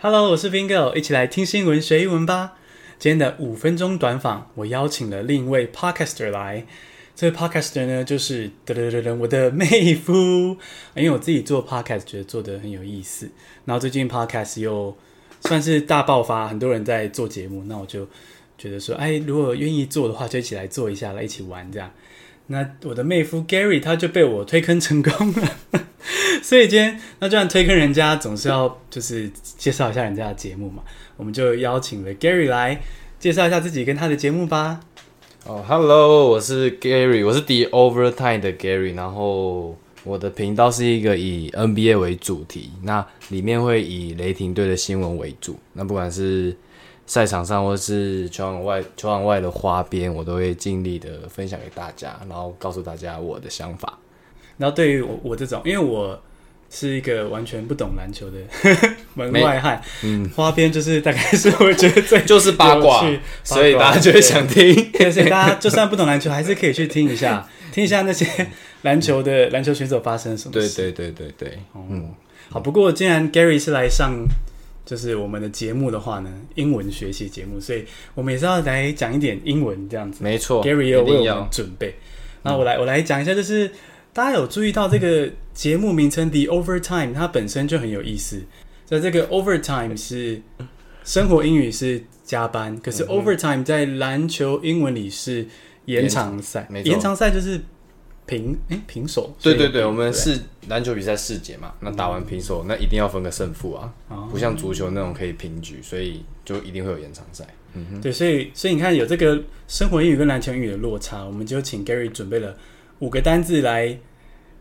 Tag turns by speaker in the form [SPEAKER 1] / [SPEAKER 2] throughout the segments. [SPEAKER 1] Hello，我是 Bingo，一起来听新闻学英文吧。今天的五分钟短访，我邀请了另一位 Podcaster 来。这位 Podcaster 呢，就是噔噔噔噔，我的妹夫。因为我自己做 Podcast 觉得做的很有意思，然后最近 Podcast 又算是大爆发，很多人在做节目，那我就觉得说，哎，如果愿意做的话，就一起来做一下，来一起玩这样。那我的妹夫 Gary 他就被我推坑成功了， 所以今天那这样推坑人家，总是要就是介绍一下人家的节目嘛，我们就邀请了 Gary 来介绍一下自己跟他的节目吧。
[SPEAKER 2] 哦、h e l l o 我是 Gary，我是 The Overtime 的 Gary，然后我的频道是一个以 NBA 为主题，那里面会以雷霆队的新闻为主，那不管是赛场上或是球场外球场外的花边，我都会尽力的分享给大家，然后告诉大家我的想法。
[SPEAKER 1] 然后对于我我这种，因为我是一个完全不懂篮球的 门外汉，嗯，花边就是大概是我觉得最
[SPEAKER 2] 就是 八卦
[SPEAKER 1] 有趣，
[SPEAKER 2] 所以大家就会想听。
[SPEAKER 1] 对所以大家就算不懂篮球，还是可以去听一 下，听一下那些篮球的篮球选手发生了什么
[SPEAKER 2] 对
[SPEAKER 1] 事。
[SPEAKER 2] 对对对对，
[SPEAKER 1] 嗯，好。不过既然 Gary 是来上就是我们的节目的话呢，英文学习节目，所以我们也是要来讲一点英文这样子。
[SPEAKER 2] 没错
[SPEAKER 1] Gary 也有
[SPEAKER 2] 哦一定
[SPEAKER 1] 为我们
[SPEAKER 2] 要。
[SPEAKER 1] 准备。那我来我来讲一下，就是大家有注意到这个节目名称 The Overtime，它本身就很有意思。在这个 Overtime 是生活英语是加班，可
[SPEAKER 2] 嗯
[SPEAKER 1] 是 Overtime 在篮球英文里是延长赛
[SPEAKER 2] 没，错
[SPEAKER 1] 延长赛就是平哎、平手。
[SPEAKER 2] 对对对，
[SPEAKER 1] 所以
[SPEAKER 2] 我们是篮球比赛四节嘛，那打完平手，那一定要分个胜负啊，
[SPEAKER 1] 哦
[SPEAKER 2] 不像足球那种可以平局，所以就一定会有延长赛。
[SPEAKER 1] 对，所以所以你看有这个生活英语跟篮球英语的落差，我们就请 Gary 准备了五个单字来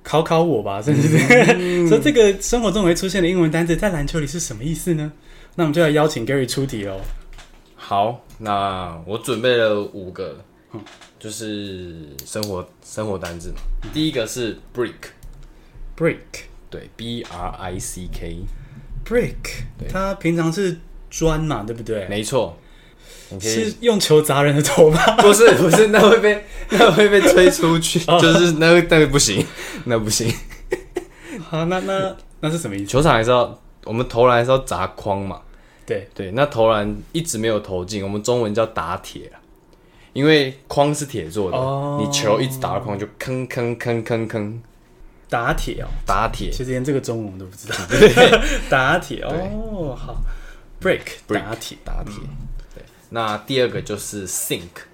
[SPEAKER 1] 考考我吧，甚至是 说这个生活中会出现的英文单字在篮球里是什么意思呢？那我们就来邀请 Gary 出题哦喽。
[SPEAKER 2] 好，那我准备了五个，
[SPEAKER 1] 嗯
[SPEAKER 2] 就是生活生活单字嘛。第一个是 brick，
[SPEAKER 1] Brick
[SPEAKER 2] 对，b r i c k，
[SPEAKER 1] brick，它平常是砖嘛，对不对？
[SPEAKER 2] 没错，你可以
[SPEAKER 1] 是用球砸人的头吗？
[SPEAKER 2] 不是不是，那会被那会被吹出去，
[SPEAKER 1] 哦
[SPEAKER 2] 就是那那个不行，那不行。
[SPEAKER 1] 好，那那那是什么意思？
[SPEAKER 2] 球场还是要我们投篮还是要砸框嘛，
[SPEAKER 1] 对，
[SPEAKER 2] 对，那投篮一直没有投进，我们中文叫打铁啊，因为框是铁做的，
[SPEAKER 1] 哦
[SPEAKER 2] 你球一直打到框就吭吭吭吭吭，
[SPEAKER 1] 打铁哦，
[SPEAKER 2] 打铁。
[SPEAKER 1] 其实连这个中文我都不知道。 打铁哦，好，break
[SPEAKER 2] Brick
[SPEAKER 1] 打铁
[SPEAKER 2] 打铁。对，那第二个就是 sink，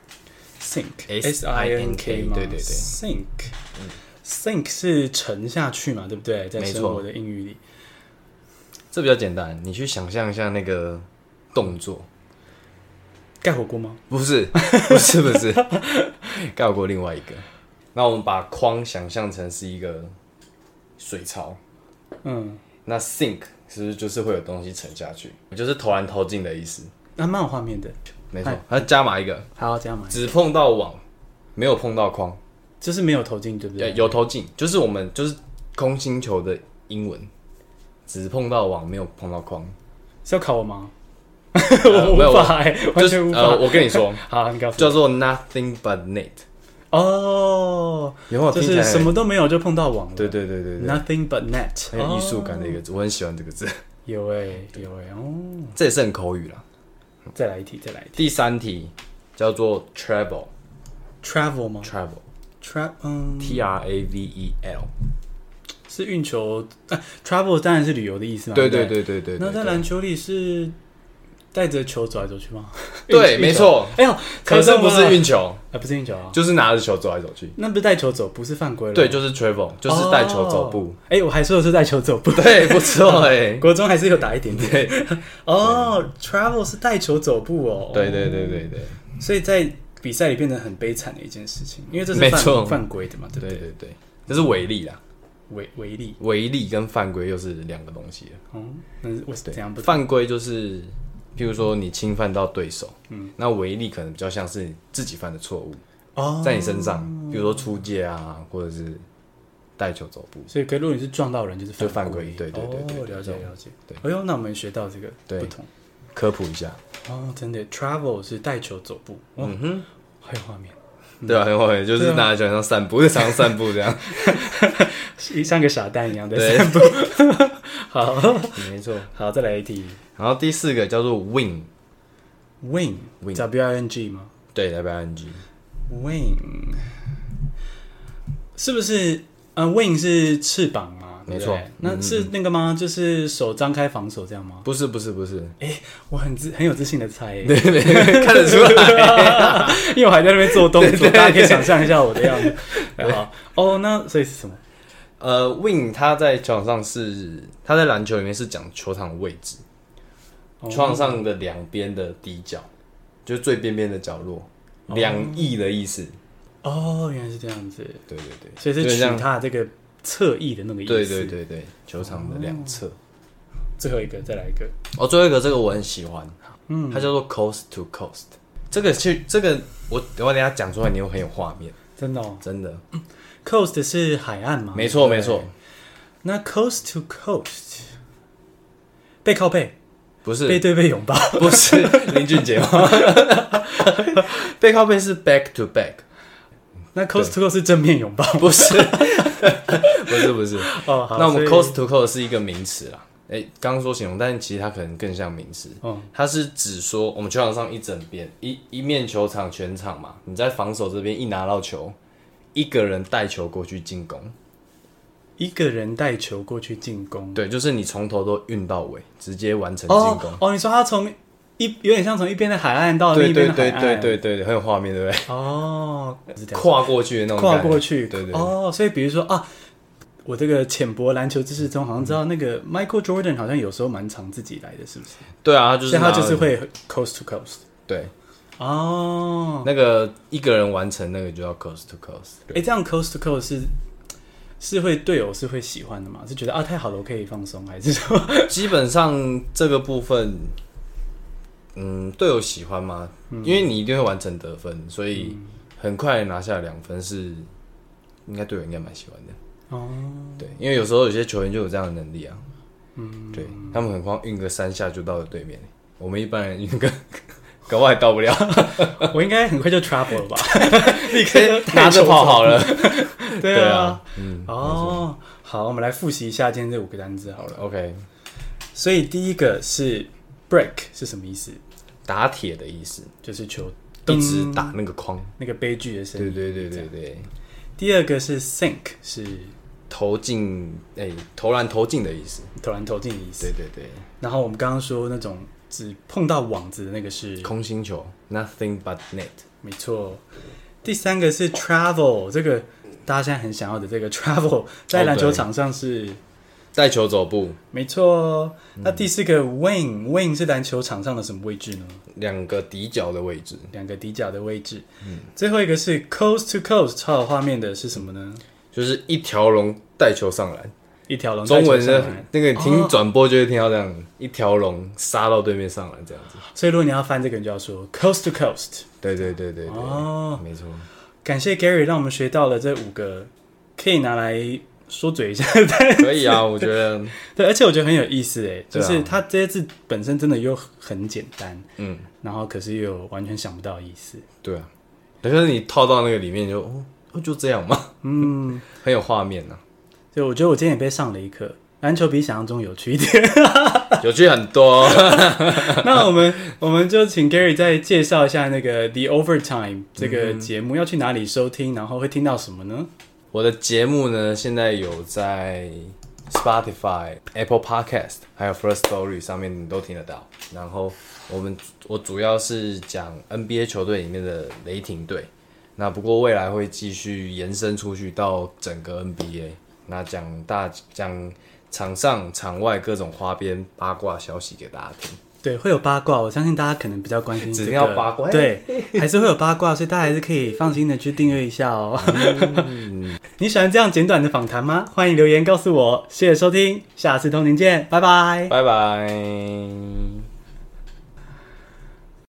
[SPEAKER 1] Sink
[SPEAKER 2] S
[SPEAKER 1] I
[SPEAKER 2] I
[SPEAKER 1] N K
[SPEAKER 2] N K
[SPEAKER 1] 吗？
[SPEAKER 2] 对对对嗯
[SPEAKER 1] ，Sink Sink 是沉下去嘛，对不对？在
[SPEAKER 2] 没
[SPEAKER 1] 生
[SPEAKER 2] 错
[SPEAKER 1] 活的英语里，
[SPEAKER 2] 这比较简单，你去想象一下那个动作，
[SPEAKER 1] 盖火锅吗？
[SPEAKER 2] 不是，不是，不是， 盖过另外一个。那我们把框想象成是一个水槽，
[SPEAKER 1] 嗯，
[SPEAKER 2] 那 sink 是不是就是会有东西沉下去？就是投篮投进的意思，
[SPEAKER 1] 那蛮有画面的。
[SPEAKER 2] 没错。哎还加码一个，
[SPEAKER 1] 好，这样嘛，
[SPEAKER 2] 只碰到网，没有碰到框，
[SPEAKER 1] 就是没有投进，对不
[SPEAKER 2] 呃
[SPEAKER 1] 对？
[SPEAKER 2] 有投进，就是我们就是空心球的英文，只碰到网，没有碰到 框。
[SPEAKER 1] 是要考我吗？
[SPEAKER 2] 呃
[SPEAKER 1] 我
[SPEAKER 2] 没有
[SPEAKER 1] 无法欸， 完
[SPEAKER 2] 就是
[SPEAKER 1] 全无
[SPEAKER 2] 呃，
[SPEAKER 1] 法。
[SPEAKER 2] 我跟你说，
[SPEAKER 1] 好，你告诉我。
[SPEAKER 2] 叫做 nothing but net，
[SPEAKER 1] 哦，
[SPEAKER 2] 有没有
[SPEAKER 1] 就
[SPEAKER 2] 听起
[SPEAKER 1] 是
[SPEAKER 2] 来
[SPEAKER 1] 什？么都没有就碰到网了。
[SPEAKER 2] 对对对对哎对，
[SPEAKER 1] Nothing but net，
[SPEAKER 2] 很有艺术感的一个字，我很喜欢这个字，
[SPEAKER 1] 有哎，有哎，哦，
[SPEAKER 2] 这也是很口语啦。
[SPEAKER 1] 再来一题，再来一题。
[SPEAKER 2] 第三题叫做 travel，travel，T
[SPEAKER 1] Travel 吗？Travel，嗯，
[SPEAKER 2] R A V E L，
[SPEAKER 1] 是运球。啊 Travel 当然是旅游的意思嘛。
[SPEAKER 2] 对
[SPEAKER 1] 不
[SPEAKER 2] 对对对对
[SPEAKER 1] 那
[SPEAKER 2] 对
[SPEAKER 1] 在
[SPEAKER 2] 对，
[SPEAKER 1] 篮球里是带着球走来走去 吗？
[SPEAKER 2] 对
[SPEAKER 1] 运
[SPEAKER 2] 没错。
[SPEAKER 1] 运球哎呦，
[SPEAKER 2] 可是不是
[SPEAKER 1] 运
[SPEAKER 2] 运球，
[SPEAKER 1] 啊，不是运球啊，
[SPEAKER 2] 就是拿着球走来走去。
[SPEAKER 1] 那不是带球走，不是犯规了。
[SPEAKER 2] 对，
[SPEAKER 1] 哦，
[SPEAKER 2] 就是 travel，就是带球走步。
[SPEAKER 1] 哎，我还说的是带球走步，。
[SPEAKER 2] 对，不错哎
[SPEAKER 1] 国中还是有打一点点。哦，travel 是带球走步哦。
[SPEAKER 2] 对对对对对
[SPEAKER 1] 所以在比赛里变得很悲惨的一件事情，因为这是
[SPEAKER 2] 没
[SPEAKER 1] 犯
[SPEAKER 2] 错
[SPEAKER 1] 犯规的嘛，对不
[SPEAKER 2] 对
[SPEAKER 1] 对？
[SPEAKER 2] 对对，这是违例啦，
[SPEAKER 1] 违违例，
[SPEAKER 2] 违例跟犯规又是两个东西了。
[SPEAKER 1] 嗯，那是我是怎样不？
[SPEAKER 2] 犯规就是，譬如说你侵犯到对手，嗯，那违例可能比较像是你自己犯的错误，
[SPEAKER 1] 哦，
[SPEAKER 2] 在你身上，比如说出界啊，或者是带球走步。
[SPEAKER 1] 所以可以如果你是撞到人，就是
[SPEAKER 2] 就犯
[SPEAKER 1] 规
[SPEAKER 2] 规。对对对对
[SPEAKER 1] 哦
[SPEAKER 2] 对
[SPEAKER 1] 了解了解。
[SPEAKER 2] 对，
[SPEAKER 1] 哎呦，那我们学到这个
[SPEAKER 2] 对
[SPEAKER 1] 不同。
[SPEAKER 2] 科普一下，
[SPEAKER 1] 哦，真的，travel 是带球走步，哦，
[SPEAKER 2] 嗯哼，
[SPEAKER 1] 还有画面。啊
[SPEAKER 2] 对啊，很好玩，就是拿着球像散步，日常散步这样。
[SPEAKER 1] 像个傻蛋一样在散步。 好
[SPEAKER 2] 没错。
[SPEAKER 1] 好，再来一题
[SPEAKER 2] 然后第四个叫做 wing，Wing
[SPEAKER 1] ，wing，w i n g 吗
[SPEAKER 2] 对，W I N G，
[SPEAKER 1] ？wing 是不是？嗯、w i n g 是翅膀吗？
[SPEAKER 2] 没
[SPEAKER 1] 对不
[SPEAKER 2] 错嗯
[SPEAKER 1] 对那是那个吗？就是手张开防守这样吗？
[SPEAKER 2] 不是不是不是，
[SPEAKER 1] 我很自很有自信的猜耶、
[SPEAKER 2] 对对对， 看得出来。
[SPEAKER 1] 因为我还在那边做动作，大家可以想象一下我的样子。好，哦，那所以是什么？
[SPEAKER 2] 呃，wing 他在球场上是他在篮球里面是讲球场的位置，
[SPEAKER 1] 哦
[SPEAKER 2] 球场上的两边的底角，就是最边边的角落，两翼的意思。
[SPEAKER 1] 哦，原来是这样子，
[SPEAKER 2] 对对对，
[SPEAKER 1] 所以是
[SPEAKER 2] 就
[SPEAKER 1] 取
[SPEAKER 2] 像
[SPEAKER 1] 它这个侧翼的那个意思。
[SPEAKER 2] 对对，对对，球场的两侧。
[SPEAKER 1] 最后一个再来一个。
[SPEAKER 2] 哦，最后一个这个我很喜欢，嗯，它叫做 coast to coast。这个去这个我我等一下讲出来，你会很有画面，
[SPEAKER 1] 真的、哦、
[SPEAKER 2] 真的。
[SPEAKER 1] ，coast 是海岸嘛？
[SPEAKER 2] 没错
[SPEAKER 1] 对
[SPEAKER 2] 没错，。
[SPEAKER 1] 那 coast to coast，背靠背，
[SPEAKER 2] 不
[SPEAKER 1] 背
[SPEAKER 2] 是
[SPEAKER 1] 对背拥抱。
[SPEAKER 2] 不是林俊杰吗？ 背靠背是 back to back，
[SPEAKER 1] 那 coast to coast 是正面拥抱。
[SPEAKER 2] 不是 不是不是。
[SPEAKER 1] 哦，好。
[SPEAKER 2] 那我
[SPEAKER 1] 所
[SPEAKER 2] 们
[SPEAKER 1] 以
[SPEAKER 2] coast to coast 是一个名词啦。哎、刚刚说形容，但其实它可能更像名词。
[SPEAKER 1] 嗯
[SPEAKER 2] 它是指说我们球场上一整边一一面球场全场嘛，你在防守这边一拿到球，一个人带球过去进攻。
[SPEAKER 1] 一个人带球过去进攻。
[SPEAKER 2] 对，就是你从头都运到尾，直接完成进攻
[SPEAKER 1] 哦。哦，你说他从一有点像从一边的海岸到哎另
[SPEAKER 2] 对
[SPEAKER 1] 一边的
[SPEAKER 2] 对
[SPEAKER 1] 海
[SPEAKER 2] 对
[SPEAKER 1] 岸。
[SPEAKER 2] 对对对，很有画面，对不对？
[SPEAKER 1] 哦，是这样
[SPEAKER 2] 跨过去的那种感
[SPEAKER 1] 跨
[SPEAKER 2] 觉，
[SPEAKER 1] 过去，
[SPEAKER 2] 对对对
[SPEAKER 1] 哦，所以比如说啊，我这个浅薄篮球知识中好像知道那个 Michael Jordan 好像有时候蛮常自己来的，是不是？
[SPEAKER 2] 对啊，他就是
[SPEAKER 1] 所以他
[SPEAKER 2] 拿
[SPEAKER 1] 就是
[SPEAKER 2] 了
[SPEAKER 1] 会 coast to coast。
[SPEAKER 2] 对
[SPEAKER 1] 哦，
[SPEAKER 2] 那个一个人完成那个就叫 coast to coast。
[SPEAKER 1] 哎，这样 coast to coast 是是会队友是会喜欢的嘛？是觉得啊太好了，我可以放松，还是 说
[SPEAKER 2] 基本上这个部分，嗯，队友喜欢吗？因为你一定会完成得分，所以很快拿下两分是应该队友应该蛮喜欢的。
[SPEAKER 1] 哦
[SPEAKER 2] 对，因为有时候有些球员就有这样的能力啊，嗯，对他们很快运个三下就到了对面，我们一般人运个 搞不好也到不了，
[SPEAKER 1] 我应该很快就 travel 了吧？
[SPEAKER 2] 你可以
[SPEAKER 1] 啊
[SPEAKER 2] 拿着跑好了。
[SPEAKER 1] 对
[SPEAKER 2] 对
[SPEAKER 1] 啊
[SPEAKER 2] 啊，嗯，
[SPEAKER 1] 哦，好，我们来复习一下今天这五个单字好了。
[SPEAKER 2] ，OK，
[SPEAKER 1] 所以第一个是 break 是什么意思？
[SPEAKER 2] 打铁的意思，
[SPEAKER 1] 就是球
[SPEAKER 2] 一直
[SPEAKER 1] 噔
[SPEAKER 2] 打那个框。
[SPEAKER 1] 那个悲剧的声
[SPEAKER 2] 对
[SPEAKER 1] 音。
[SPEAKER 2] 对对对对，
[SPEAKER 1] 第二个是 sink，是
[SPEAKER 2] 投进，哎、投篮投进的意思。
[SPEAKER 1] 投篮投进的意思。
[SPEAKER 2] 对对对。
[SPEAKER 1] 然后我们刚刚说那种只碰到网子的那个是，
[SPEAKER 2] 空心球，nothing but net。
[SPEAKER 1] 没错。第三个是 travel，这个大家现在很想要的这个 travel，在篮球场上是、
[SPEAKER 2] 带球走步，
[SPEAKER 1] 没错。
[SPEAKER 2] 嗯
[SPEAKER 1] 那第四个 wing，wing 是篮球场上的什么位置呢？
[SPEAKER 2] 两个底角的位置，
[SPEAKER 1] 两个底角的位置。
[SPEAKER 2] 嗯
[SPEAKER 1] 最后一个是 coast to coast，超有画面的是什么呢？
[SPEAKER 2] 就是一条龙带球上篮。
[SPEAKER 1] 一条龙哦带
[SPEAKER 2] 中文
[SPEAKER 1] 球上
[SPEAKER 2] 的
[SPEAKER 1] 来。
[SPEAKER 2] 那个你听转播就会听到这样，一条龙杀到对面上篮这样子。
[SPEAKER 1] 所以如果你要翻这个，你就要说 coast to coast。
[SPEAKER 2] 对对对对对，
[SPEAKER 1] 哦，
[SPEAKER 2] 没错。
[SPEAKER 1] 感谢 Gary 让我们学到了这五个可以拿来说嘴一下 的单词，
[SPEAKER 2] 可以啊，我觉得，
[SPEAKER 1] 对，而且我觉得很有意思诶，就
[SPEAKER 2] 对啊
[SPEAKER 1] 是它这些字本身真的又很简单，
[SPEAKER 2] 嗯，
[SPEAKER 1] 然后可是又有完全想不到的意思，
[SPEAKER 2] 对啊。可是你套到那个里面就，哦，哦就这样嘛，
[SPEAKER 1] 嗯，
[SPEAKER 2] 很有画面啊呐、
[SPEAKER 1] 所以我觉得我今天也被上了一课，篮球比想象中有趣一 点。
[SPEAKER 2] 有趣很多。
[SPEAKER 1] 那我们我们就请 Gary 再介绍一下那个 The Overtime 这
[SPEAKER 2] 嗯
[SPEAKER 1] 个节目要去哪里收听，然后会听到什么呢？
[SPEAKER 2] 我的节目呢，现在有在 Spotify、Apple Podcast 还有 First Story 上面你都听得到。然后我们我主要是讲 NBA 球队里面的雷霆队，那不过未来会继续延伸出去到整个 NBA，那讲大讲场上场外各种花边八卦消息给大家听。
[SPEAKER 1] 对，会有八卦，我相信大家可能比较关心、这个。
[SPEAKER 2] 指定要八卦
[SPEAKER 1] 对，还是会有八卦，所以大家还是可以放心的去订阅一下哦。
[SPEAKER 2] 嗯
[SPEAKER 1] 你喜欢这样简短的访谈吗？欢迎留言告诉我。谢谢收听，下次通勤见，拜拜。
[SPEAKER 2] 拜拜。